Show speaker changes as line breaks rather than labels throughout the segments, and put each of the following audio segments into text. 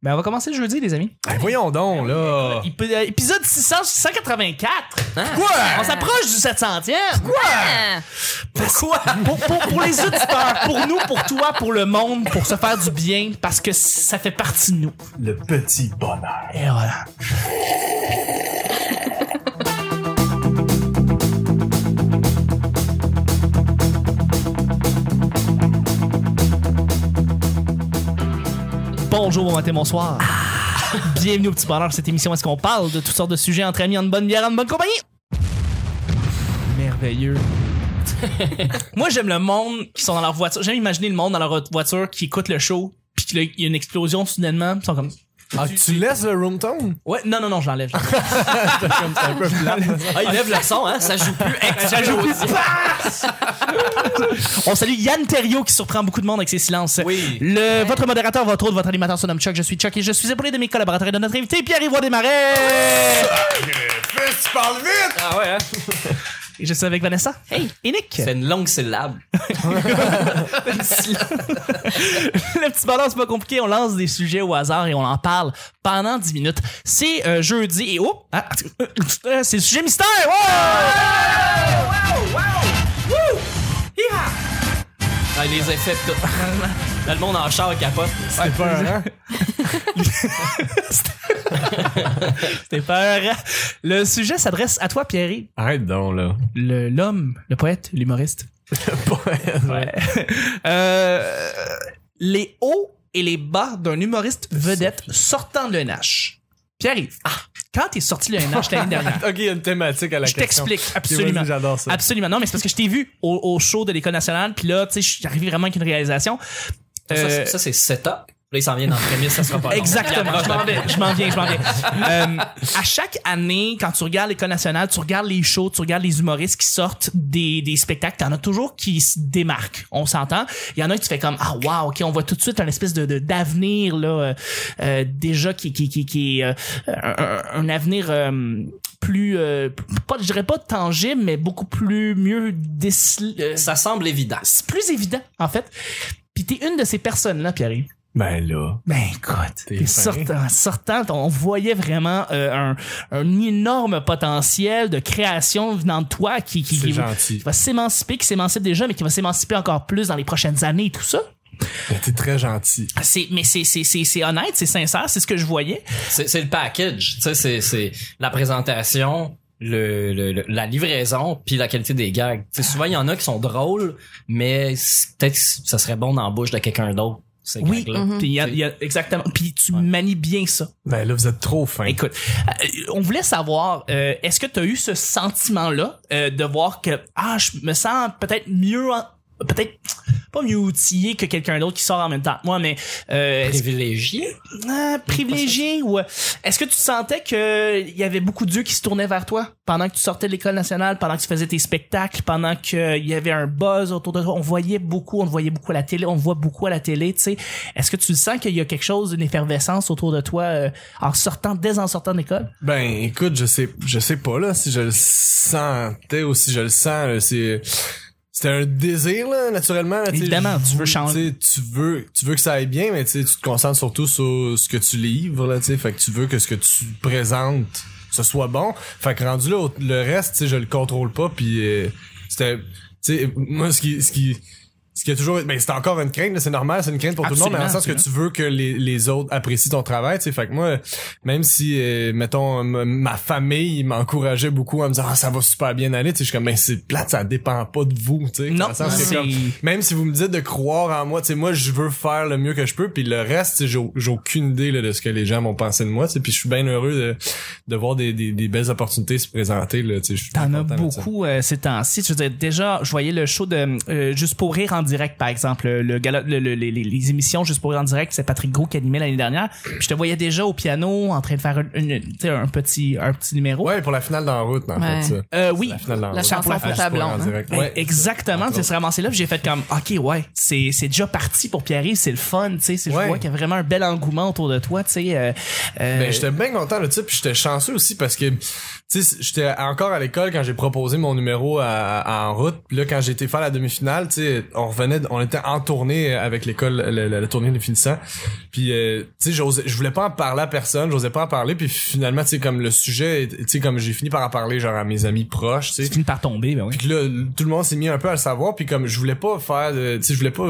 Ben, on va commencer jeudi, les amis.
Ben, voyons donc, là.
Ép- euh, Épisode 600 684.
Quoi?
On s'approche du 700e.
Ah.
Pourquoi? Pour, pour- pour les auditeurs, pour nous, pour toi, pour le monde, pour se faire du bien, parce que ça fait partie de nous.
Le petit bonheur.
Et voilà. Bonjour, bon matin, bonsoir. Bienvenue au Petit Bonheur, cette émission où est-ce qu'on parle de toutes sortes de sujets entre amis, en bonne bière, en bonne compagnie. Merveilleux. Moi, j'aime le monde qui sont dans leur voiture. J'aime imaginer le monde dans leur voiture qui écoute le show, puis qu'il y a une explosion soudainement, puis ils sont comme...
Ah, tu laisses le room tone?
Ouais, non, non, non, je l'enlève.
Un peu plat.
Ah, il lève le son, hein? Ça joue plus. Ça joue plus.
On salue Yann Terriot qui surprend beaucoup de monde avec ses silences.
Oui.
Le, Votre modérateur, votre autre, votre animateur se nomme Chuck. Je suis Chuck et je suis épaulé de mes collaborateurs et de notre invité, Pierre-Yvois Desmarais.
Fils, tu parles vite!
Ah ouais, hein?
Et je suis avec Vanessa.
Hey.
Et Nick.
C'est une longue syllabe.
Le petit bonheur, c'est pas compliqué. On lance des sujets au hasard et on en parle pendant 10 minutes. C'est euh, jeudi et oh, ah, euh, c'est le sujet mystère. Ouais! Wouh! Hi-ha!
Ah, les effets, pis tout. Là, le monde en char capote.
C'est peur, hein?
C'était peur. Le sujet s'adresse à toi, Pierre.
Arrête donc, là.
le l'homme, le poète, l'humoriste. Ouais. Euh, les hauts et les bas d'un humoriste vedette sortant de NH. Pierre-Yves, quand t'es sorti de NH l'année dernière,
ok, il y a une thématique à la
je
question.
t'explique
Ok,
absolument.
vas-y, J'adore ça.
Absolument. Non, mais c'est parce que je t'ai vu au, au show de l'École nationale, puis là, tu sais, je suis arrivé vraiment avec une réalisation.
Ça,
Euh,
c'est- ça, c'est setup. Là, il s'en vient dans le prémisse, ça
Ah
sera pas long.
Exactement.
Il
Je m'en
approche.
vais, je m'en viens, je m'en viens. Euh, à chaque année, quand tu regardes l'école nationale, tu regardes les shows, tu regardes les humoristes qui sortent des, des spectacles, t'en as toujours qui se démarquent. On s'entend. Il y en a qui tu fais comme ah wow, ok, on voit tout de suite un espèce de de- d'avenir là euh, euh, déjà qui qui qui, qui est euh, un, un- un avenir euh, plus euh, pas je dirais pas tangible mais beaucoup plus mieux décelé, euh,
Ça semble évident.
c'est plus évident en fait puis t'es une de ces personnes là Pierre
Ben là.
ben écoute,
T'es
puis
fin.
sortant, sortant, on voyait vraiment euh, un, un énorme potentiel de création venant de toi qui, qui,
C'est
qui-
gentil.
qui va s'émanciper, qui s'émancipe déjà, mais qui va s'émanciper encore plus dans les prochaines années et tout ça.
Ben, T'es très gentil.
C'est, mais c'est, c'est, c'est, c'est honnête, c'est sincère, c'est ce que je voyais.
C'est c'est le package. Tu sais, c'est- c'est la présentation, le, le- le- la livraison, puis la qualité des gags. Tu sais, souvent, il y en a qui sont drôles, mais c'est- peut-être que ça serait bon dans la bouche de quelqu'un d'autre. Ces
Oui,
gags-là.
Mm-hmm.
puis il y a- il y a- exactement. Puis tu manies bien ça.
Ben là, vous êtes trop fin.
Écoute, euh, on voulait savoir, euh, est-ce que tu as eu ce sentiment-là euh, de voir que ah, je me sens peut-être mieux, en- peut-être pas mieux outillé que quelqu'un d'autre qui sort en même temps que moi, mais euh, est-ce-
Privilégié.
ah, privilégié ou euh, est-ce que tu sentais que il y avait beaucoup d'yeux qui se tournaient vers toi pendant que tu sortais de l'école nationale, pendant que tu faisais tes spectacles, pendant que euh, il y avait un buzz autour de toi, on voyait beaucoup, on te voyait beaucoup à la télé, on te voit beaucoup à la télé, tu sais. Est-ce que tu sens qu'il y a quelque chose, une effervescence autour de toi euh, en sortant, dès en sortant de l'école?
Ben écoute, je sais je sais pas là si je le sentais ou si je le sens, là, c'est c'était un désir là naturellement, là, tu sais,
Évidemment,
je-
tu veux changer.
tu sais, tu veux tu veux que ça aille bien mais tu sais, tu te concentres surtout sur ce que tu livres là, tu sais, fait que tu veux que ce que tu présentes ce soit bon. Fait que rendu là au- le reste, tu sais, je le contrôle pas puis euh, c'était tu sais moi ce qui ce qui ce qui a toujours ben c'est encore une crainte là, c'est normal c'est une crainte pour tout le monde mais dans le sens
Absolument,
que tu veux que les, les autres apprécient ton travail tu sais fait que moi même si euh, mettons m- ma famille m'encourageait beaucoup en me disant ah, ça va super bien aller tu sais je suis comme ben c'est plate ça dépend pas de vous tu sais Dans le sens que
c'est-
comme- même si vous me dites de croire en moi, tu sais, moi, je veux faire le mieux que je peux, puis le reste, tu sais, j'ai j'ai aucune idée là, de ce que les gens vont penser de moi, tu sais, puis je suis bien heureux de, de voir des, des, des belles opportunités se présenter, là, tu sais, je suis
T'en
bien
as
content de ça.
beaucoup euh, ces temps-ci. Je veux dire, déjà, je voyais le show de euh, Juste pour rire en direct, par exemple. Euh, Le, gala- le- le- les, les- les émissions Juste pour rire en direct, c'est Patrick Gros qui animait l'année dernière. Puis je te voyais déjà au piano en train de faire une- une- tu sais, un petit un petit numéro.
Ouais, pour la finale d'en route, en
Ouais.
fait, ça.
Euh, oui.
La finale d'en
La hein.
route.
chanson
Ah,
pour ta
je suis pas
blonde,
en direct.
Ben,
Ouais.
exactement,
Entre
c'est ramassé là, puis j'ai fait comme OK, ouais, c'est c'est déjà parti pour Pierre, c'est le fun, tu sais, c'est- je
Ouais.
vois qu'il y a vraiment un bel engouement autour de toi, tu sais. euh, euh,
Ben, j'étais bien content là-dessus, puis j'étais chanceux aussi parce que, tu sais, j'étais encore à l'école quand j'ai proposé mon numéro à, à- en route, puis là, quand j'ai été faire la demi-finale, tu sais, on revenait, on était en tournée avec l'école, la, la- la tournée des finissants. Puis, euh, tu sais, j'osais- je voulais pas en parler à personne, j'osais pas en parler. Puis finalement, tu sais, comme le sujet, est- tu sais, comme j'ai fini par en parler, genre à mes amis proches, tu sais.
C'est fini par tomber, ben oui.
Puis que là, l- tout le monde s'est mis un peu à le savoir. Puis comme je voulais pas faire, de- tu sais, je voulais pas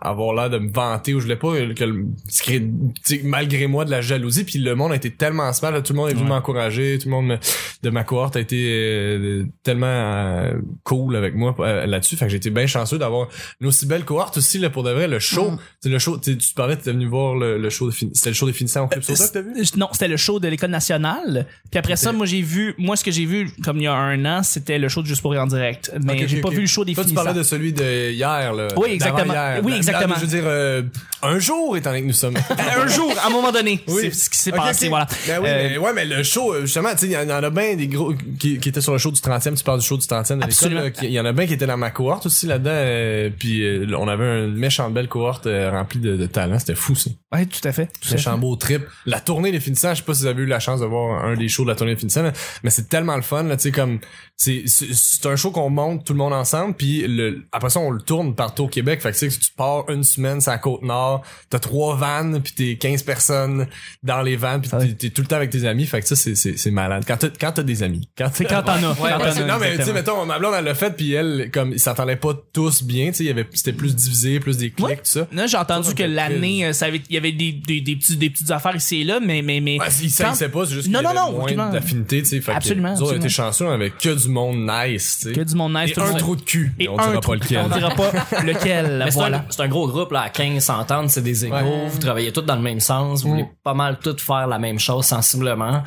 avoir l'air de me vanter ou je voulais pas que le- se créer, tu sais, malgré moi de la jalousie. Puis le monde a été tellement smart, là, tout le monde est venu
Ouais.
m'encourager, tout le monde me- de ma cohorte a été euh, tellement euh, cool avec moi euh, là-dessus. Fait que j'ai été bien chanceux d'avoir une aussi belle cohorte aussi là pour de vrai le show.
Mm.
C'est le show. Tu sais, tu parlais, t'étais venu voir le, le show de fin- c'était le show des finissants au club Soda que t'as vu.
Euh, Non, c'était le show de l'école nationale. Puis après ça,
C'était-
moi j'ai vu, moi ce que j'ai vu comme il y a un an, c'était le show de Juste pour rire en direct. Mais
Ok,
j'ai
ok,
pas
ok.
vu le show des
Toi, tu
finissants.
parlais de celui de hier, là.
Oui, exactement.
d'avant-hier.
Oui,
Là,
exactement.
Je veux dire, euh, un jour, étant donné que nous sommes.
un jour, à un moment donné,
Oui.
c'est ce qui s'est
Ok,
passé,
ok.
voilà.
Ben oui,
Euh,
mais, ouais, mais le show, euh, justement, tu sais, il y en il y en a bien des gros qui, qui étaient sur le show du 30e. Tu parles du show du 30e de l'école.
Absolument.
là, qui- Il y en a bien qui étaient dans ma cohorte aussi là-dedans. euh, puis euh, on avait une méchante belle cohorte euh, remplie de, de talents. C'était fou, ça.
ouais, tout à fait. tout à fait.
Méchant beau trip. La tournée des finissants, je sais pas si vous avez eu la chance de voir un des shows de la tournée des finissants, là, mais c'est tellement le fun, là, tu sais, comme, c'est, c'est c'est un show qu'on monte tout le monde ensemble, puis le, après ça, on le tourne partout au Québec, fait que, tu sais, tu pars une semaine sur la Côte-Nord, t'as trois vannes, puis t'es 15 personnes dans les vannes, puis
Ah oui.
t'es, t'es tout le temps avec tes amis, fait que ça, c'est, c'est, c'est malade. Quand t'as, quand t'as des amis. Quand
C'est quand t'en as.
Ouais,
quand
ouais,
t'en
c'est-
as,
non, mais tu sais,
exactement.
mettons, ma blonde, elle l'a fait, puis elle, comme, ils s'entendaient pas tous bien, tu sais, il y avait, c'était plus divisé, plus des clics,
Ouais.
tout ça.
Non, j'ai entendu
Ça,
que
ça me fait
l'année, euh, ça avait, il y avait des, des, des, petits, des petites affaires ici et là, mais, mais, mais.
Ouais, il
quand-
s'agissait pas, c'est juste qu'il y
Non,
avait
non, non,
moins
aucunement.
d'affinité, tu sais. Fait que
Absolument,
Nous autres, on
absolument.
était chanceux, on avait que du monde nice, tu
que
sais.
du monde nice,
Et
tout le
un
monde-
trou de cul.
Et
on
un
dira
trou
pas
de cul. On
lequel.
dira pas lequel,
Mais c'est
voilà.
un- c'est un, gros groupe, là, à 15, 100 c'est des égaux,
Ouais. Mm.
vous travaillez tous dans le même sens, vous voulez pas mal tous faire la même chose sensiblement.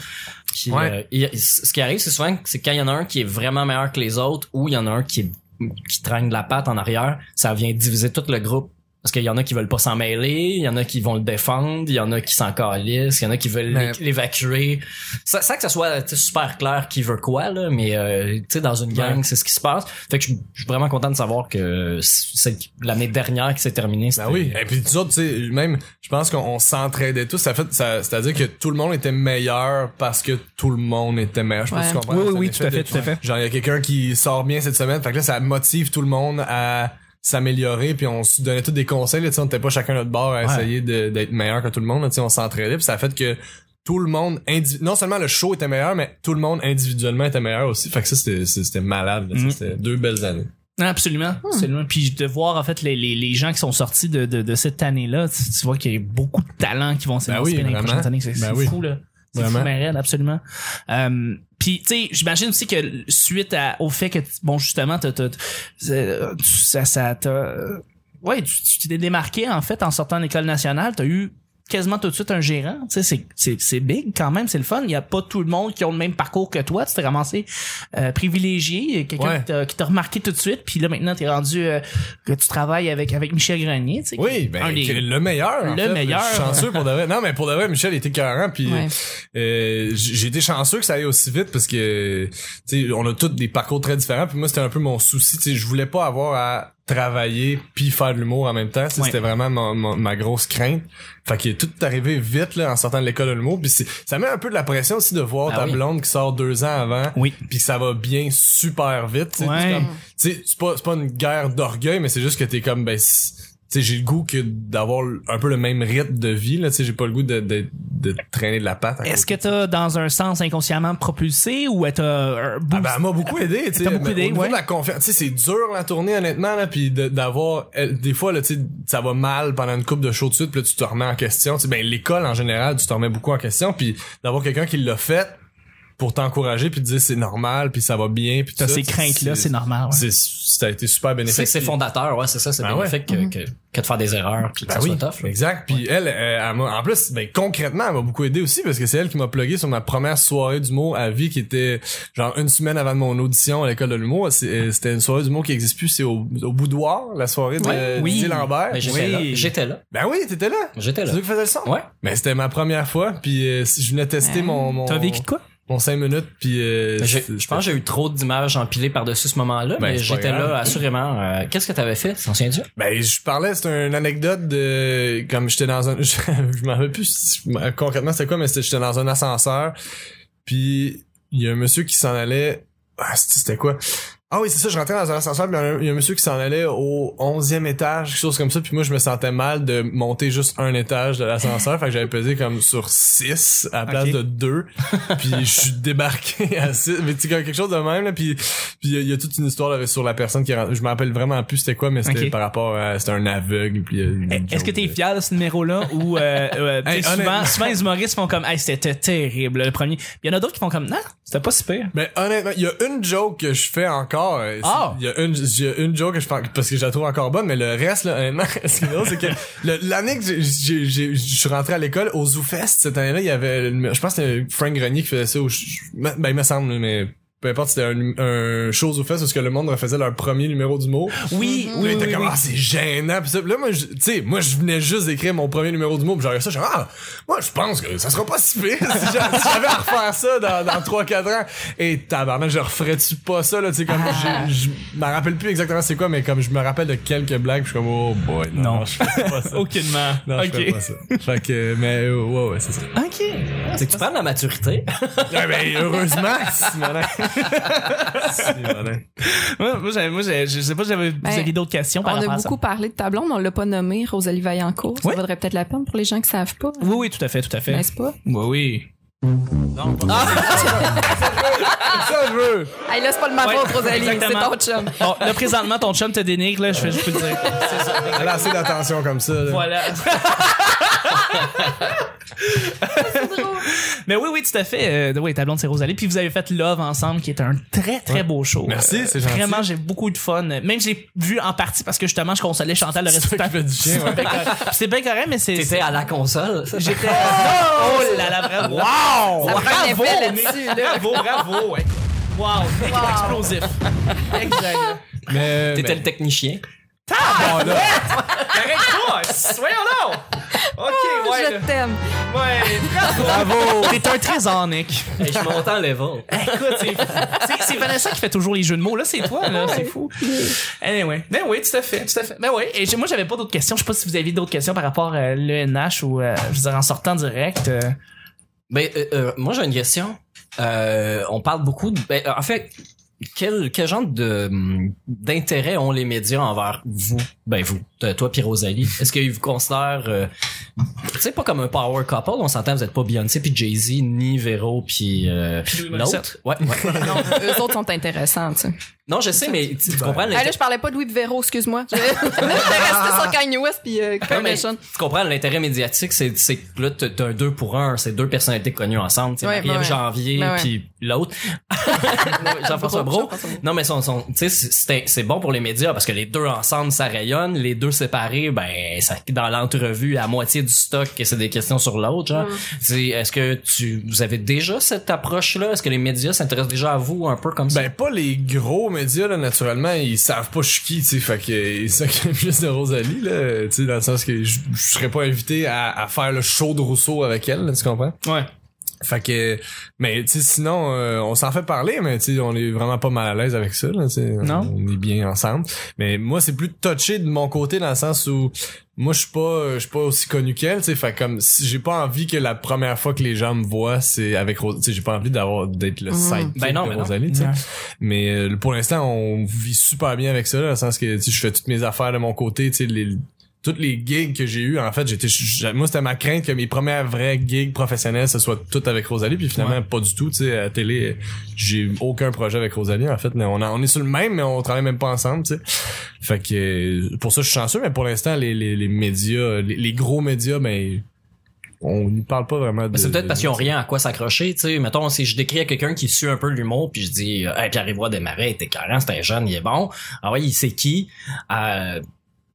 Puis,
Ouais.
euh, il- ce qui arrive, c'est souvent que c'est quand il y en a un qui est vraiment meilleur que les autres ou il y en a un qui, est- qui traîne de la patte en arrière, ça vient diviser tout le groupe. Parce qu'il y en a qui veulent pas s'en mêler, il y en a qui vont le défendre, il y en a qui s'en calissent, il y en a qui veulent l'é-
Mais-
l'évacuer. Ça, ça que ça soit tu sais, super clair qui veut quoi, là, mais euh, tu sais, dans une gang,
Ouais.
c'est ce qui se passe. Fait que je je suis vraiment content de savoir que c'est l'année dernière qui s'est terminée.
Ben
c'était-
oui. Et puis, nous autres, tu sais, même, je pense qu'on on s'entraidait tous. Ça fait, ça, c'est-à-dire que tout le monde était meilleur parce que tout le monde était meilleur. Je pense
Ouais.
que tu comprends.
Oui, oui,
C'est
oui, tout
un effet
à
de-
fait, tout à fait.
Genre, il y a quelqu'un qui sort bien cette semaine. Fait que là, ça motive tout le monde à s'améliorer puis on se donnait tous des conseils là, tu sais, on était pas chacun notre bord à essayer de- d'être meilleur que tout le monde là, tu sais, on s'entraidait puis ça a fait que tout le monde indi- non seulement le show était meilleur mais tout le monde individuellement était meilleur aussi fait que ça c'était c'était- c'était malade là. Ça,
Mm.
c'était deux belles années
Non, Absolument, absolument. Puis de voir en fait les, les, les gens qui sont sortis de, de, de cette année-là, tu, tu vois qu'il y a beaucoup de talents qui vont s'émanciper
Ben oui,
dans les
vraiment.
prochaines années. C'est
Ben
c'est
oui.
fou là. C'est fou,
Vraiment.
mais raide, absolument. Euh, puis tu sais, j'imagine aussi que suite à- au fait que bon justement, t'as- t'as- t'as- tu- ça, ça t'a, ouais, tu tu t'es démarqué en fait en sortant de l'école nationale, t'as eu quasiment tout de suite un gérant, tu sais, c'est- c'est c'est big quand même, c'est le fun. Il y a pas tout le monde qui ont le même parcours que toi. Tu t'es ramassé euh, privilégié, quelqu'un
Ouais.
qui t'a- qui t'a remarqué tout de suite, puis là maintenant t'es rendu euh, que tu travailles avec avec Michel Grenier, tu sais.
Oui,
qui-
ben,
un des-
que le meilleur. en
le
fait.
meilleur.
Je suis chanceux pour de vrai. Non, mais pour de vrai, Michel était carrément puis
Ouais.
euh, j- j'ai été chanceux que ça aille aussi vite parce que tu sais, on a tous des parcours très différents. Puis moi, c'était un peu mon souci. Tu sais, je voulais pas avoir à travailler puis faire de l'humour en même temps. Tu sais,
Ouais.
C'était vraiment mon- mon- ma grosse crainte. Fait que tout est arrivé vite là en sortant de l'école de l'humour. Puis c'est- ça met un peu de la pression aussi de voir
Ah
ta
oui.
blonde qui sort deux ans avant
Ben Oui.
puis que ça va bien super vite. tu sais.
Ouais.
C'est comme- tu sais, c'est pas, c'est pas une guerre d'orgueil, mais c'est juste que t'es comme, ben, si- tu sais, j'ai le goût que d'avoir un peu le même rythme de vie, là, tu sais, j'ai pas le goût de, de, de traîner de la patte. à
Est-ce que
côté.
t'as dans un sens inconsciemment propulsé ou t'as euh,
Ah ben, elle m'a beaucoup aidé, tu sais.
T'as beaucoup
mais
aidé,
au niveau
ouais.
de la confiance, tu sais, c'est dur la tournée, honnêtement, là, puis de- d'avoir, elle- des fois, là, tu sais, ça va mal pendant une coupe de show de suite, puis là, tu te remets en question. Tu sais, ben, l'école, en général, tu te remets beaucoup en question, puis d'avoir quelqu'un qui l'a fait pour t'encourager, puis te dire c'est normal, puis ça va bien, puis tout
t'as
ça,
ces craintes là, c'est normal. ouais.
c'est- Ça a été super
C'est
bénéfique.
c'est fondateur, ouais, c'est ça, c'est
Ben
bénéfique que- que, que de faire des erreurs puis que
Ben
ça
oui,
soit tough. là.
exact. Puis elle, euh, elle m'a- en plus, ben, concrètement, elle m'a beaucoup aidé aussi parce que c'est elle qui m'a plugué sur ma première soirée d'humour à vie qui était genre une semaine avant de mon audition à l'école de l'humour. C'est- euh, C'était une soirée d'humour qui existe plus, c'est au, au Boudoir, la soirée de euh,
Ouais, oui.
Didier Lambert.
Mais j'étais
Oui.
là, j'étais là,
Ben oui, t'étais là.
j'étais
C'est
Ben, là.
toi qui faisais le son.
Ouais. Ben,
Mais c'était ma première fois, puis euh, si- je venais tester
Ouais.
mon mon,
T'as vécu de quoi
mon 5 minutes, puis euh,
J'ai-
c'était-
Ben, Je pense que j'ai eu trop d'images empilées par-dessus ce moment-là,
Ben,
mais
c'est pas
j'étais
grave.
là assurément. Euh, Qu'est-ce que t'avais fait? T'en souviens-tu?
Ben, je parlais, c'était une anecdote de, comme j'étais dans un, je, m'en rappelle plus si- euh, concrètement c'était quoi, mais c'était- j'étais dans un ascenseur, puis il y a un monsieur qui s'en allait, ah, c'est- c'était quoi? Ah oui, c'est ça, je rentrais dans un ascenseur, puis il y a un- il y, a un monsieur qui s'en allait au 11e étage, quelque chose comme ça, puis moi je me sentais mal de monter juste un étage de l'ascenseur, fait que j'avais pesé comme sur 6 à la place
Ok.
de 2, puis je suis débarqué à 6, mais tu sais, comme quelque chose de même, là, puis puis il y, a- il y a toute une histoire là, sur la personne qui est rentrée. je me rappelle vraiment plus c'était quoi, mais c'était
Ok.
par rapport à, c'était un aveugle, puis...
Est-ce que t'es fier de ce numéro-là ou euh, euh, tu sais,
Hey,
souvent,
honnêtement.
souvent les humoristes font comme hey, c'était terrible le premier. Il y en a d'autres qui font comme non, c'était pas si pire.
Mais honnêtement, il y a une joke que je fais encore. euh, c'est-
Ah!
Il y a une, il y a une joke que je fais en- parce que je la trouve encore bonne, mais le reste, là, honnêtement, ce qui est drôle, c'est que le- l'année que j'ai- j'ai- j'ai- je suis rentré à l'école, au Zoo Fest, cette année-là, il y avait, le- je pense que c'était Frank Grenier qui faisait ça, ou je- je- ben, il me semble, mais peu importe, c'était un, un show au Zoo Fest parce que le monde refaisait leur premier numéro d'humour.
Oui,
Là,
oui,
il
oui,
était
Mmh. oui.
comme, ah, c'est gênant. Puis ça, puis là, moi, je- tu sais, moi, je venais juste d'écrire mon premier numéro d'humour. Puis j'aurais ça, je suis ah, moi, je pense que ça sera pas si pire si j'a- si j'avais à refaire ça dans, dans 3-4 ans. Et tabarnak, je referais-tu pas ça, là, tu sais, comme,
Ah.
je, je m'en rappelle plus exactement c'est quoi, mais comme je me rappelle de quelques blagues, puis je suis comme, oh boy, non,
Non.
non, je ferais pas ça.
Aucunement.
Non, je ferais
ok.
pas ça. Fait que, mais, euh, ouais, ouais, c'est ça.
Ok.
Ben,
C'est que tu prends de la maturité.
Ah,
Ouais, ben, heureusement, c'est malin. C'est malin.
Moi, moi, j'avais- moi, j'ai- je sais pas, j'avais vous
Ben,
aviez d'autres questions par
On
rapport
a
à ça.
beaucoup parlé de ta blonde, on l'a pas nommée, Rosalie Vaillancourt. Ça
Oui.
vaudrait peut-être la peine pour les gens qui savent pas,
Oui, oui, tout à fait, tout à fait.
n'est-ce pas?
Oui, oui.
Ça, je veux.
Hey, là, c'est pas le marron
Ouais,
de Rosalie, c'est
exactement.
ton chum.
Bon, là, présentement, ton chum te dénigre, là, je, fais- je peux te dire. C'est ça.
Elle a assez d'attention comme ça, là.
Voilà. Mais oui, oui, tout à fait. Euh, oui, ta blonde, c'est Rosalie. Puis vous avez fait Love ensemble, qui est un très, très beau show. Euh,
Merci, c'est gentil.
Vraiment, j'ai beaucoup de fun. Même j'ai vu en partie parce que justement, je consolais Chantal le reste du
Toi
temps.
qui fais du chien, ouais.
C'est bien correct, mais c'est.
T'étais
c'est-
à la console.
J'étais. Oh là là, bravo. Wow!
Ça prend un
Bravo,
effet
Nick.
là-dessus, là.
bravo, bravo. ouais. Wow, explosif. Exact.
Mais,
T'étais le technicien.
mais- bon, là.
Arrête-toi! Soyons là! Ok, ouais.
Je t'aime.
Ouais, Oh, bravo! T'es un trésor, Nick.
Hey, je monte en level.
Écoute, c'est- c'est- c'est Vanessa qui fait toujours les jeux de mots. Là, c'est toi, là. C'est fou. Anyway. Ben oui, tout à fait, tout à fait. Ben oui. Et j'ai- moi, j'avais pas d'autres questions. Je sais pas si vous aviez d'autres questions par rapport à l'ENH ou, euh, je veux dire, en sortant direct. euh,
Ben, euh, euh, moi, j'ai une question. Euh, on parle beaucoup de... ben, euh, en fait, quel, quel genre de hum, d'intérêt ont les médias envers vous? Ben, vous, t- toi puis Rosalie. Est-ce qu'ils vous considèrent... euh, tu sais, pas comme un power couple. On s'entend, vous êtes pas Beyoncé puis Jay-Z, ni Véro puis euh,
Puis Louis Morissette.
l'autre. Ouais, ouais.
Non, eux autres sont intéressants, tu sais.
Non, je sais, mais tu tu comprends
Ah, là,
l'intérêt...
je parlais pas de Louis de Véro, excuse-moi. Je- J'étais restée sur Kanye West puis
Non,
euh,
mais
Kardashian.
tu comprends l'intérêt médiatique, c'est c'est que là t'as t'as un deux pour un, c'est deux personnalités connues ensemble, tu sais,
Ouais,
Marie-Ève
ben ouais.
Janvier
Ben ouais.
puis l'autre, Jean-François
Brault,
Brault.
Jean-François Brault.
Non mais son, son- tu sais c'est- c'est c'est bon pour les médias parce que les deux ensemble ça rayonne, les deux séparés ben ça dans l'entrevue à moitié du stock que c'est des questions sur l'autre genre.
Mm.
C'est- Est-ce que tu vous avez déjà cette approche là, est-ce que les médias s'intéressent déjà à vous un peu comme ça
Ben, pas les gros médias, là, naturellement, ils savent pas je suis qui, tu sais, fait que c'est ça qui est plus de Rosalie, là, tu sais, dans le sens que je je serais pas invité à, à faire le show de Rousseau avec elle, là, tu comprends?
Ouais.
Fait que, mais, tu sais, sinon, euh, on s'en fait parler, mais, tu sais, on est vraiment pas mal à l'aise avec ça, là, tu sais.
Non.
On est bien ensemble. Mais moi, c'est plus touché de mon côté, dans le sens où, moi, je suis pas, je suis pas aussi connu qu'elle, tu sais, fait comme, si j'ai pas envie que la première fois que les gens me voient, c'est avec Rosalie, tu sais, j'ai pas envie d'avoir, d'être le sidekick
Ben non,
de
ben non.
Rosalie, tu sais. Mais euh, pour l'instant, on vit super bien avec ça, là, dans le sens que tu sais, je fais toutes mes affaires de mon côté, tu sais, les- toutes les gigs que j'ai eues, en fait, j'étais, j'a- moi, c'était ma crainte que mes premières vraies gigs professionnelles, ce soit toutes avec Rosalie, puis finalement, pas du tout, tu sais, à la télé, j'ai aucun projet avec Rosalie, en fait, mais on, a- on est sur le même, mais on travaille même pas ensemble, tu sais. Fait que, euh, pour ça, je suis chanceux, mais pour l'instant, les, les, les médias, les, les gros médias, ben, on ne parle pas vraiment de...
Ben, c'est peut-être parce qu'ils ont
de-
rien à quoi s'accrocher, tu sais. Mettons, si je décris à quelqu'un qui suit un peu l'humour, puis je dis, euh, hey, Pierre-Évoix Desmarais, t'es carré, c'est un jeune, il est bon. Ah ouais, il sait qui. Euh,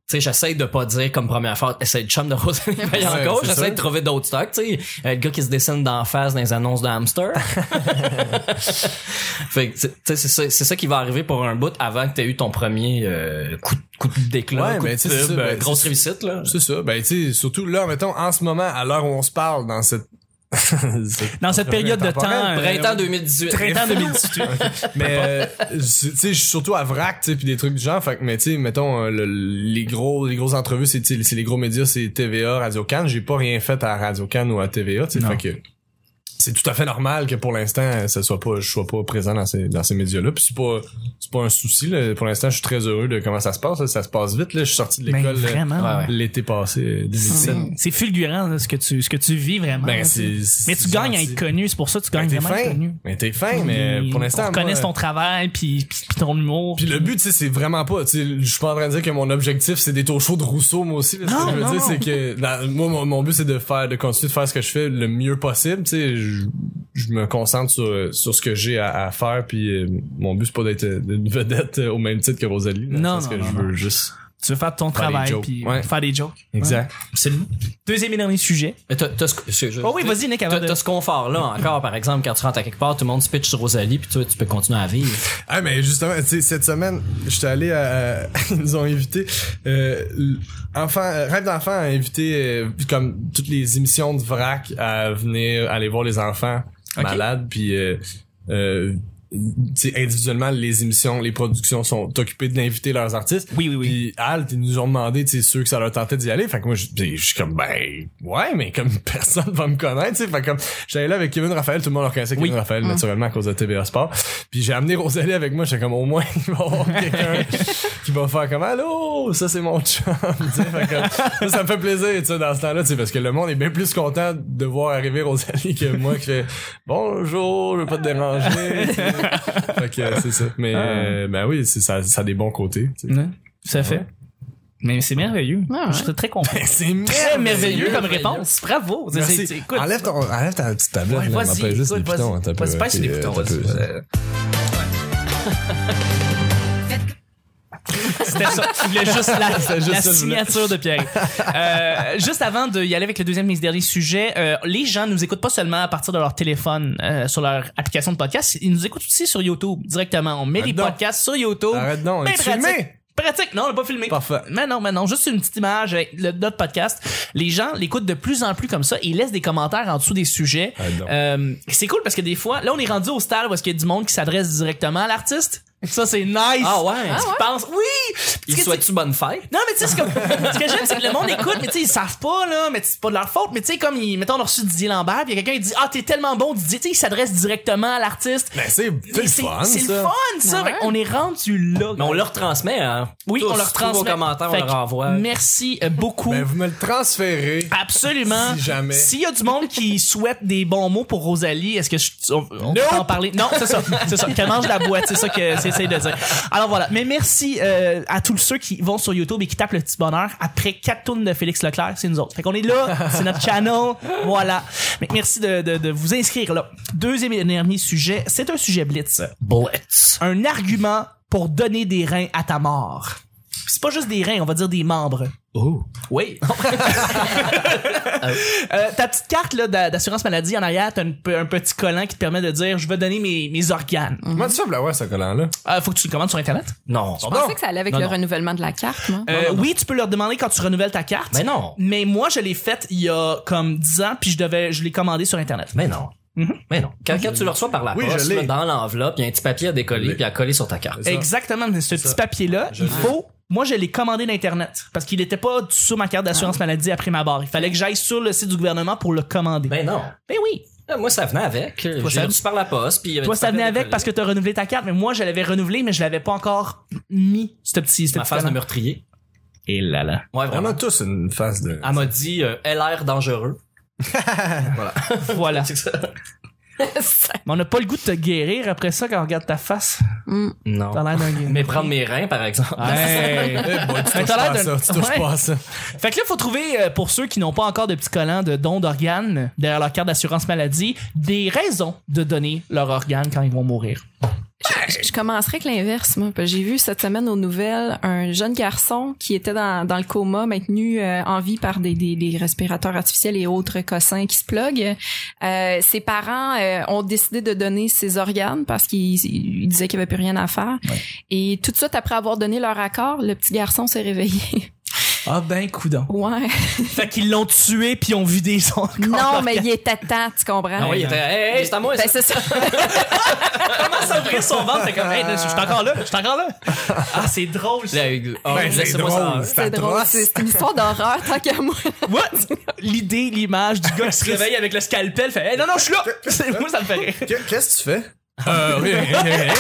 tu sais, j'essaie de pas dire comme première fois, essaye de chum de Rosalie Vaillancourt.
c'est
J'essaie
sûr.
de trouver d'autres stocks, tu sais. Euh, le gars qui se dessine d'en face dans les annonces de hamster. fait que, tu sais, c'est ça, c'est ça qui va arriver pour un bout avant que t'aies eu ton premier euh, coup, de- coup de déclat,
Ouais,
coup
ben,
de
tu sais, c'est
pub,
ça,
euh,
ben,
grosse
c'est-
réussite, là.
C'est ça. Ben, tu sais, surtout là, mettons, en ce moment, à l'heure où on se parle, dans cette.
Dans cette période de temps.
Temporel,
euh,
Printemps 2018.
Printemps 2018.
Mais, euh, je- tu sais, je suis surtout à vrac, tu sais, puis des trucs du genre. Fait que, mais, tu sais, mettons, euh, le- les gros, les grosses entrevues, c'est, tu sais, c'est les gros médias, c'est TVA, Radio Cannes. J'ai pas rien fait à Radio Cannes ou à TVA, tu sais.
Non.
Fait que. c'est tout à fait normal que pour l'instant ça soit pas je sois pas présent dans ces dans ces médias là puis c'est pas c'est pas un souci là. pour l'instant je suis très heureux de comment ça se passe là. ça se passe vite là je suis sorti de
Ben,
l'école là,
vraiment.
ouais, ouais.
l'été passé euh, 2017
C'est- C'est fulgurant là, ce, que tu, ce que tu vis vraiment.
ben
là.
c'est c'est
Ah, mais tu gagnes à
gentil.
être connu, c'est pour ça que tu
Ben,
gagnes
t'es
vraiment à être
fin
connu.
mais t'es fin mais
Ils-
pour l'instant
on reconnaît
moi, euh,
ton travail puis, puis, puis ton humour.
Puis le but, tu sais, c'est vraiment pas. Tu sais, je suis pas en train de dire que mon objectif, c'est des taux chauds de Rousseau, moi aussi. Là, ce
Non,
que je veux
non,
dire,
non.
c'est que dans- moi, mon, mon but, c'est de faire, de continuer de faire ce que je fais le mieux possible. Tu sais, je, je me concentre sur, sur ce que j'ai à, à faire. Puis euh, mon but, c'est pas d'être euh, une vedette euh, au même titre que Rosalie. là,
Non,
parce
non,
que
non,
je veux juste.
Tu veux faire ton
Faire des
travail
jokes.
puis
Ouais.
faire des jokes.
Exact.
Absolument.
Deuxième et dernier sujet.
Mais t'as, t'as ce- je- je-
Oh oui, vas-y Nick avant
T'as,
de...
t'as ce confort-là encore, par exemple, quand tu rentres à quelque part, tout le monde se pitch sur Rosalie, puis toi, tu peux continuer à vivre.
Ah mais justement, tu sais, cette semaine, j'étais allé à, à- ils nous ont invité euh, l- enfant euh, rêve d'enfant a invité euh, comme toutes les émissions de vrac à venir aller voir les enfants
Ok.
malades puis euh, euh, tu sais, individuellement les émissions, les productions sont occupées d'inviter leurs artistes.
Oui, oui, oui.
Puis Alt, ils nous ont demandé, tu sais, ceux que ça leur tentait d'y aller. Fait que moi, je puis je suis comme, ben, ouais, mais comme personne va me connaître, tu sais. Fait que comme, j'allais là avec Kevin Raphaël, tout le monde le reconnaissait Kevin
Oui.
Raphaël, naturellement, à cause de TVA Sport. Puis j'ai amené Rosalie avec moi, j'étais comme, au moins, il va y avoir quelqu'un qui va faire comme, allô, ça c'est mon chum, tu sais. Fait que ça, ça me fait plaisir, tu sais, dans ce temps-là, tu sais, parce que le monde est bien plus content de voir arriver Rosalie que moi qui fait, bonjour, je veux pas te déranger, tu sais. Fait que euh, c'est ça. Mais, euh, ben oui, c'est- ça, ça a des bons côtés, tu sais.
Ouais, Tout à Hein? fait. Mais c'est merveilleux.
Ah ouais.
Je suis très content.
Eh, C'est
Très merveilleux
merveilleux.
comme réponse. Bravo. C'est-
Merci.
c'est- c'est- écoute,
enlève, ton, enlève ta petite tablette.
Ouais,
là,
vas-y,
m'appelle juste
écoute,
les
vas-y.
boutons, attends un peu,
Vas-y, passe
ok,
les boutons,
attends un
vas-y,
peu. hein.
C'était ça. Tu voulais juste la,
juste
la
ça, je voulais.
signature de Pierre. Euh, juste avant d'y aller avec le deuxième et dernier sujet, euh, les gens nous écoutent pas seulement à partir de leur téléphone, euh, sur leur application de podcast, ils nous écoutent aussi sur YouTube directement. On met
Arrête
les
donc.
podcasts sur YouTube.
Arrête donc,
Ben,
est-ce
pratique.
filmé?
Pratique, non, on l'a pas filmé.
Parfait.
Mais non, mais non, juste une petite image avec le, notre podcast. Les gens l'écoutent de plus en plus comme ça et ils laissent des commentaires en dessous des sujets.
Ah, non.
Euh, c'est cool parce que des fois, là, on est rendu au stade où est-ce qu'il y a du monde qui s'adresse directement à l'artiste. Ça, c'est nice.
Ah ouais?
Tu penses, oui!
Il
Parce que
souhaite-tu bonne fête?
non, mais tu sais, c'est comme- ce que j'aime, c'est que le monde écoute, mais tu sais, ils savent pas, là, mais c'est pas de leur faute, mais tu sais, comme, ils, mettons, on a reçu Didier Lambert, puis il y a quelqu'un qui dit, ah, t'es tellement bon, Didier, tu sais, il s'adresse directement à l'artiste.
Ben, c'est c'est
Mais
le fun,
C'est le
ça.
fun, ça.
Ouais.
Fait qu'on est rendu là.
Mais on leur transmet, hein?
oui,
Tous,
on leur
tous vos
transmet.
commentaires,
Fait
on leur
que
envoie.
Merci euh, beaucoup.
Ben, vous me le transférez.
Ah. Absolument.
Si jamais.
S'il y a du monde qui souhaite des bons mots pour Rosalie, est-ce que je, on, on peut
Nope.
en parler? Non, c'est ça. C'est ça. Qu'elle mange la boîte. C'est ça que j'essaie de dire. Alors voilà. Mais merci, euh, à tous ceux qui vont sur YouTube et qui tapent le petit bonheur après quatre tournes de Félix Leclerc. C'est nous autres. Fait qu'on est là. C'est notre channel. Voilà. Mais merci de, de, de vous inscrire là. Deuxième et dernier sujet. C'est un sujet blitz.
Blitz.
Un argument pour donner des reins à ta mort. Puis C'est pas juste des reins, on va dire des membres.
Oh. Oui.
Euh, ta petite carte là, d'a- d'assurance maladie en arrière, t'as une pe- un petit collant qui te permet de dire je veux donner mes, mes organes.
Comment tu fais pour l'avoir, ce collant-là?
Euh, faut que tu le commandes sur internet.
Non.
Je pensais que ça allait avec
Non,
le
non.
renouvellement de la carte, moi.
Euh, Oui, tu peux leur demander quand tu renouvelles ta carte.
Mais Ben non.
Mais moi, je l'ai faite il y a comme 10 ans, puis je devais, je l'ai commandé sur internet.
Mais non.
Mhm.
Mais non. Quand, quand tu le reçois par la
Oui,
poste,
je l'ai.
là, dans l'enveloppe, il y a un petit papier à
Je
décoller
l'ai.
puis à coller sur ta carte.
ça.
Exactement, mais ce petit papier là, il faut. Moi, je l'ai commandé d'internet parce qu'il n'était pas sur ma carte d'assurance maladie après ma barre. Il fallait que j'aille sur le site du gouvernement pour le commander. Ben,
Ben non.
oui.
Euh, Moi, ça venait avec.
ça-
J'ai reçu par la poste. Puis il y avait
Toi,
du
ça
papier
venait
à
avec
décoller.
parce que t'as renouvelé ta carte, mais moi, je l'avais renouvelée, mais je l'avais pas encore mis. Ce petit, ce
Ma
petit
face de
collant.
meurtrier.
Et là là.
On
Ouais, vraiment.
a tous une face de...
Elle m'a dit euh, LR dangereux.
Voilà.
C'est ça?
Mais on n'a pas le goût de te guérir après ça quand on regarde ta face.
Mm.
Non.
T'as l'air d'un guérir.
Mais prendre mes reins, par exemple.
Hey.
Eh, boy, tu
Ah. Mais
touches
t'as
pas
l'air
à
d'un-
ça, tu touches
Ouais.
pas à ça.
Fait que là, faut trouver, euh, pour ceux qui n'ont pas encore de petits collants de dons d'organes derrière leur carte d'assurance maladie, des raisons de donner leur organe quand ils vont mourir.
Je, je commencerai avec l'inverse, moi. Parce que J'ai vu cette semaine aux nouvelles un jeune garçon qui était dans, dans le coma, maintenu euh, en vie par des, des- des respirateurs artificiels et autres cossins qui se pluguent. Euh, ses parents euh, ont décidé de donner ses organes parce qu'ils ils disaient qu'il n'y avait plus rien à faire. Et tout de suite, après avoir donné leur accord, le petit garçon s'est réveillé.
Ah ben, coudon.
Ouais.
Fait qu'ils l'ont tué puis ils ont vidé son corps.
non, mais il était temps, tu comprends?
Ah oui, il était, hey, hey, c'est à moi,
Ben,
ça.
c'est ça.
commence à ouvrir son ventre. T'es comme, hey, je suis encore là, je suis encore là. Ah, c'est drôle. ça.
Là, il- oh,
Ben, c'est
laissez-moi
drôle.
ça.
C'est drôle.
atroce.
C'est c'est une histoire d'horreur, tant qu'à moi.
What? L'idée, l'image du gars qui se réveille avec le scalpel fait, hey, non, non, je suis là. C'est moi, ça me fait rire.
Que- Qu'est-ce que tu fais? Euh, rien, rien, rien.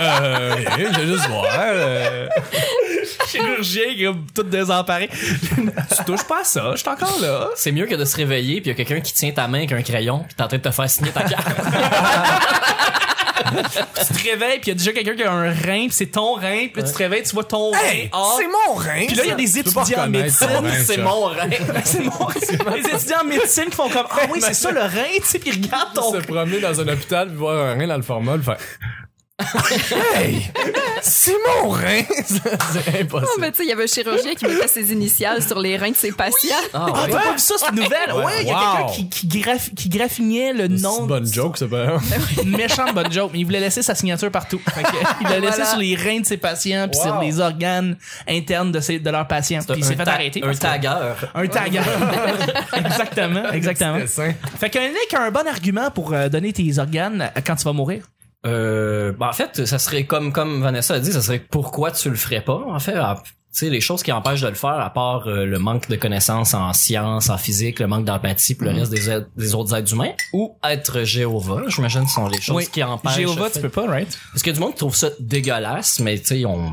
Euh, rien, je vais juste voir. euh.
Chirurgien qui est tout désemparé. tu touches pas à ça, je suis encore là.
C'est mieux que de se réveiller puis il y a quelqu'un qui tient ta main avec un crayon puis t'es en train de te faire signer ta carte.
Tu te réveilles puis il y a déjà quelqu'un qui a un rein puis c'est ton rein puis là, tu te réveilles, tu vois ton rein. Ah.
Hey,
hors.
c'est mon rein!
Puis là, il y a
ça.
des
Tu peux pas
étudiants en
reconnaître ton
médecine,
rein,
c'est
ça.
mon rein.
ben, C'est bon. Les étudiants en médecine qui font comme Ah oui, c'est ça le rein, tu sais, puis ils regardent ton
se promener dans un hôpital puis voir un rein dans le formol faire Hey! C'est mon rein!
Ah,
C'est
Non,
impossible.
mais tu sais, il y avait un chirurgien qui mettait ses initiales sur les reins de ses patients.
Ah,
Ah, ouais.
t'as pas vu ça, cette nouvelle? Ouais,
Ouais,
il y a quelqu'un
wow.
qui, qui, graf- qui graffinait le
C'est
nom.
une bonne joke, c'est pas
Ben
Une méchante bonne joke, mais il voulait laisser sa signature partout. Fait que, il l'a laissé
Voilà.
sur les reins de ses patients, puis
Wow.
sur les organes internes de, ses, de leurs patients. Puis il s'est
Un
fait
ta-
arrêter.
Un
parce que-
tagueur.
Un tag. exactement, exactement.
Dessin.
Fait qu'un mec a un bon argument pour euh, donner tes organes quand tu vas mourir.
Euh,
bah,
ben, en fait, ça serait comme comme Vanessa a dit, ça serait pourquoi tu le ferais pas. En fait, ah, tu sais les choses qui empêchent de le faire, à part euh, le manque de connaissances en sciences, en physique, le manque d'empathie, puis le reste des, aides- des autres êtres humains, ou être Jéhovah. J'imagine que ce sont les choses qui empêchent.
Jéhovah, tu peux pas, right?
Parce qu'il y a du monde qui trouve ça dégueulasse, mais tu sais, on,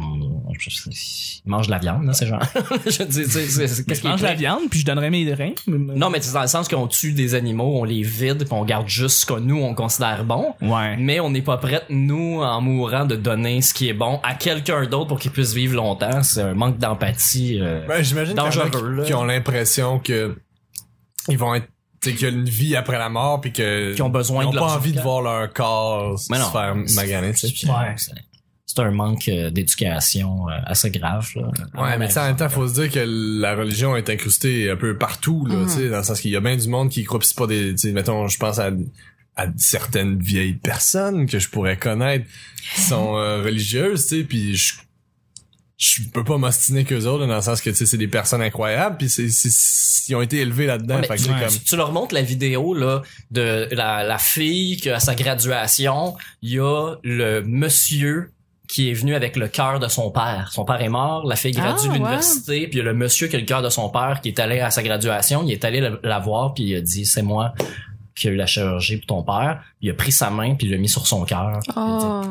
ils mangent de la viande, là, ces gens. je dis, tu sais, c'est- c'est- qu'est-ce
Je
qui est
mange la
clair?
viande, puis je donnerai mes reins.
Non, mais c'est dans le sens qu'on tue des animaux, on les vide, puis on garde juste ce que nous, on considère bon.
Ouais.
Mais on n'est pas prête, nous, en mourant, de donner ce qui est bon à quelqu'un d'autre pour qu'il puisse vivre longtemps. C'est un manque d'empathie. euh.
Ben, j'imagine qu'il y en a
Dangereux,
qui-
là.
qui ont l'impression que ils vont être tu sais, qu'il y a une vie après la mort puis que
Qu'ils ont besoin
ils ont
de
pas
leur
envie de
organe.
voir leur corps se
Mais non.
faire maganer tu sais.
Ouais.
C'est- C'est un manque euh, d'éducation euh, assez grave. Là, À
Ouais,
mon
mais tu sais, en
avis.
même temps, faut se dire que la religion est incrustée un peu partout,
Mhm.
là, tu sais, dans le sens qu'il y a bien du monde qui croit pis c'est pas des, tu sais, mettons, je pense à, à certaines vieilles personnes que je pourrais connaître qui sont euh, religieuses, tu sais, puis je je peux pas m'ostiner qu'eux autres, là, dans le sens que, tu sais, c'est des personnes incroyables, puis c'est, c'est- c'est- ils ont été élevés là-dedans,
Ouais,
fait
mais
que c'est
ouais.
comme...
Tu, tu leur montres la vidéo là de la, la fille que à sa graduation, il y a le monsieur qui est venu avec le cœur de son père. Son père est mort, la fille gradue
Ah,
de
ouais.
l'université, puis il y a le monsieur qui a le cœur de son père qui est allé à sa graduation, il est allé la, la voir puis il a dit c'est moi qui a eu la chirurgie pour ton père. Il a pris sa main puis il l'a mis sur son cœur.
Oh.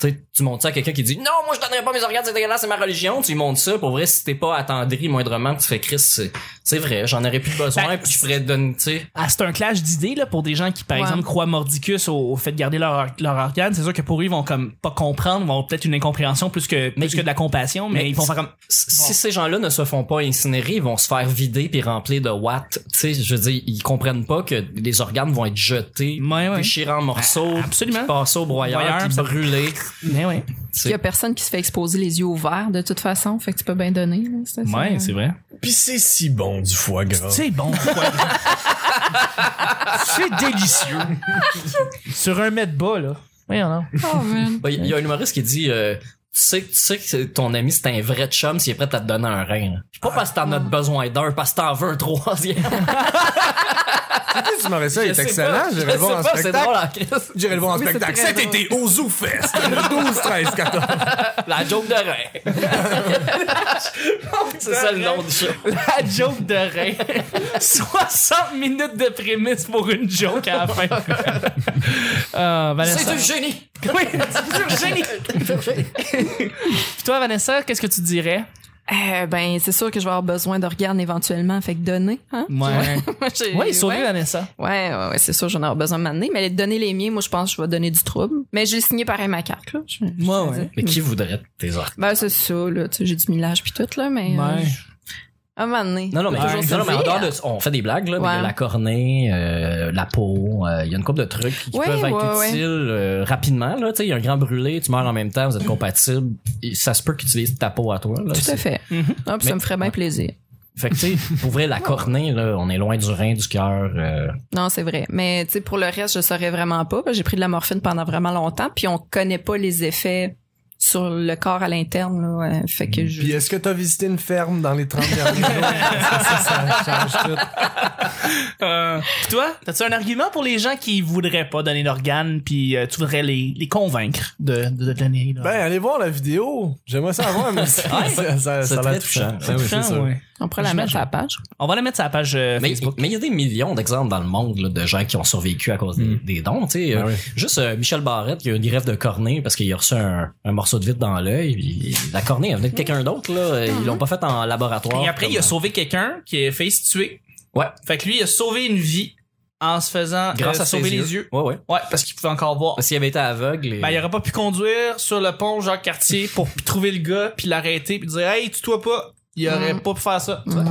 Tu sais, tu montres ça à quelqu'un qui dit non, moi je donnerai pas mes organes, c'est dégueulasse, c'est ma religion. Tu lui montres ça, pour vrai, si t'es pas attendri moindrement, tu fais Chris, c'est- c'est vrai, j'en aurais plus besoin,
Ben,
puis je pourrais te donner, tu sais.
Ah, c'est un clash d'idées là pour des gens qui par
Ouais.
exemple croient mordicus au, au fait de garder leur leur organe c'est sûr que pour eux ils vont comme pas comprendre vont peut-être une incompréhension plus que plus
Mais
que
ils-
de la compassion mais,
mais
ils vont faire comme
si
Bon.
ces gens-là ne se font pas incinérer, ils vont se faire vider puis remplir de watts. Tu sais, je veux dire, ils comprennent pas que les organes vont être jetés,
Ouais, ouais.
déchirés en morceaux,
Ah, absolument.
puis passés au broyeur,
Broyeur,
puis
ça-
brûlés.
mais ouais
Tu
Il y
sais,
a personne qui se fait exposer les yeux ouverts de toute façon, fait que tu peux bien donner. là, ça,
c'est vrai
Pis c'est si bon du foie gras.
c'est bon foie gras. c'est délicieux sur un mètre bas là oui non
Oh, man.
ben, Il y a un humoriste qui dit... euh, tu sais, tu sais que c'est- ton ami, c'est un vrai chum s'il est prêt à te donner un rein. là. Pas parce que t'en as besoin d'un, parce que t'en veux un troisième.
Tu m'aurais ça, il
Ah, Je
est
sais
excellent,
pas,
j'irais
je
le voir
sais
en
pas, C'est drôle,
spectacle.
en Christ.
J'irai le voir en
Oui, c'est
spectacle.
très
Cet
drôle.
été, au Zoo Fest, le 12, 13, 14.
La joke de rein. c'est ça le nom du show.
la joke de rein 60 minutes de prémisse pour une joke à la fin Ah, Vanessa.
C'est du génie.
Oui, c'est du génie. Puis toi, Vanessa, qu'est-ce que tu dirais?
Euh, ben, c'est sûr que je vais avoir besoin d'organes éventuellement, fait que donner. Hein?
Ouais.
Moi, j'ai-
Oui, sauver
ouais.
Vanessa.
Ouais, ouais, ouais, c'est sûr, j'en aurai besoin de m'amener. Mais donner les miens, moi, je pense que je vais donner du trouble. Mais j'ai signé pareil ma carte, là. Je- je
Moi,
te
ouais.
dis.
Mais qui voudrait tes organes?
Ben, c'est ça, là. Tu sais, j'ai du millage pis tout, là, mais. euh, à un moment donné.
Non, non, mais,
Ouais.
toujours
Non,
non,
non,
mais en dehors de- on fait des blagues, là, mais il y a
Ouais.
la cornée, euh, la peau, euh, il y a une couple de trucs qui
Ouais,
peuvent être
ouais, ouais.
utiles euh, rapidement. Là, tu sais, il y a un grand brûlé, tu meurs en même temps, vous êtes compatibles. Et Ça se peut que tu utilises ta peau à toi. Là,
Tout
C'est- Mhm.
à fait. Ah, puis
Mais-
ça me ferait bien plaisir.
Fait que, tu sais, pour vrai, la cornée, là, on est loin du rein, du cœur. euh,
Non, c'est vrai. Mais tu sais, pour le reste, je saurais vraiment pas. parce que J'ai pris de la morphine pendant vraiment longtemps, puis on connaît pas les effets sur le corps à l'interne. là, euh, fait que je...
Puis est-ce que t'as visité une ferme dans les 30 derniers jours? Parce que ça, ça change tout.
Euh, pis toi, t'as-tu un argument pour les gens qui voudraient pas donner d'organes, puis euh, tu voudrais les, les convaincre de, de donner leur-
Ben, allez voir la vidéo. J'aimerais ça avoir, mais ça, ça, ça,
C'est
ça a
très
l'air touchant.
touchant.
Ah oui,
Touchant,
c'est sûr.
ouais.
On pourrait la mettre à la page.
On va la mettre sur la page euh,
Mais
Facebook.
mais il y a des millions d'exemples dans le monde là, de gens qui ont survécu à cause des, des dons. tu sais.
Ben
Euh,
oui.
Juste euh, Michel Barrette, qui a eu une grève de cornée parce qu'il a reçu un, un morceau de vitre dans l'œil. puis La cornée, elle venait de quelqu'un d'autre. là.
Ah.
Ils l'ont pas fait en laboratoire.
Et après, il a sauvé quelqu'un qui est fait se tuer.
Ouais.
Fait que lui, il a sauvé une vie en se faisant
Grâce
euh,
à ses
sauver
yeux.
les yeux.
Ouais, ouais.
Ouais, parce qu'il pouvait encore voir.
S'il avait été aveugle. et-
Ben, il aurait pas pu conduire sur le pont Jacques Cartier pour p- trouver le gars, puis l'arrêter, puis dire Hey, tue-toi pas. Il aurait
Mm.
pas pu faire ça.
Mm.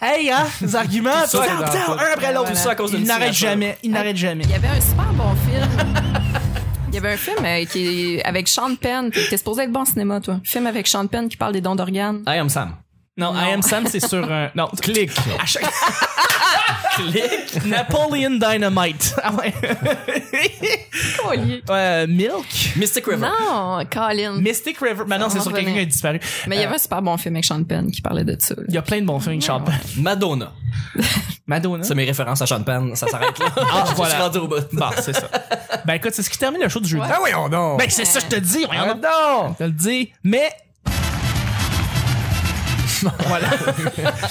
Hey, hein, les arguments,
Tout ça,
putain,
dans
putain,
la-
un après l'autre.
Tout
ça
ça
à cause
d'une
Il n'arrête
signature.
jamais. Il n'arrête jamais.
Il y avait un super bon film. Il y avait un film euh, qui, avec Sean Penn. T'es t'es supposé être bon au cinéma, toi. Un film avec Sean Penn qui parle des dons d'organes.
Hey, I'm Sam.
Non, I am Sam, c'est sur un. Non, clic. À chaque. clic. Napoleon Dynamite. Ah ouais. Euh, Milk.
Mystic River.
Non, Colin.
Mystic River. Maintenant,
On
c'est sur
revenait.
quelqu'un qui a disparu.
Mais il y avait un super bon film avec Sean Penn qui parlait de ça. là.
Il y a plein de bons films avec Sean Penn.
Madonna.
Madonna.
C'est mes références à champagne. Ça s'arrête là.
Ah,
Je suis
voilà.
rendu au bout.
Bon, c'est ça. Ben écoute, c'est ce qui termine le show du jeudi.
Ah oui, on donc.
Ben c'est ça, je te dis.
Ah
Regarde,
non!
je te le dis. Mais. voilà.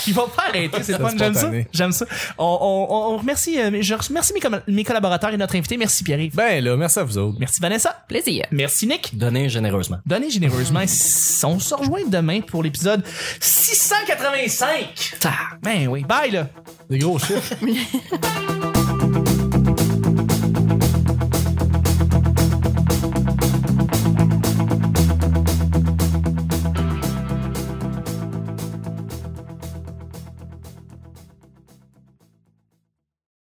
Il va pas arrêter, c'est le fun. J'aime ça.
spontané.
J'aime ça. On, on, on remercie, euh, je remercie mes, com- mes collaborateurs et notre invité. Merci Pierre.
Ben là, merci à vous autres.
Merci Vanessa.
Plaisir.
Merci Nick.
Donnez généreusement.
Donnez généreusement. S- On se rejoint demain pour l'épisode 685. Ben oui. Bye là.
Des gros chiffres.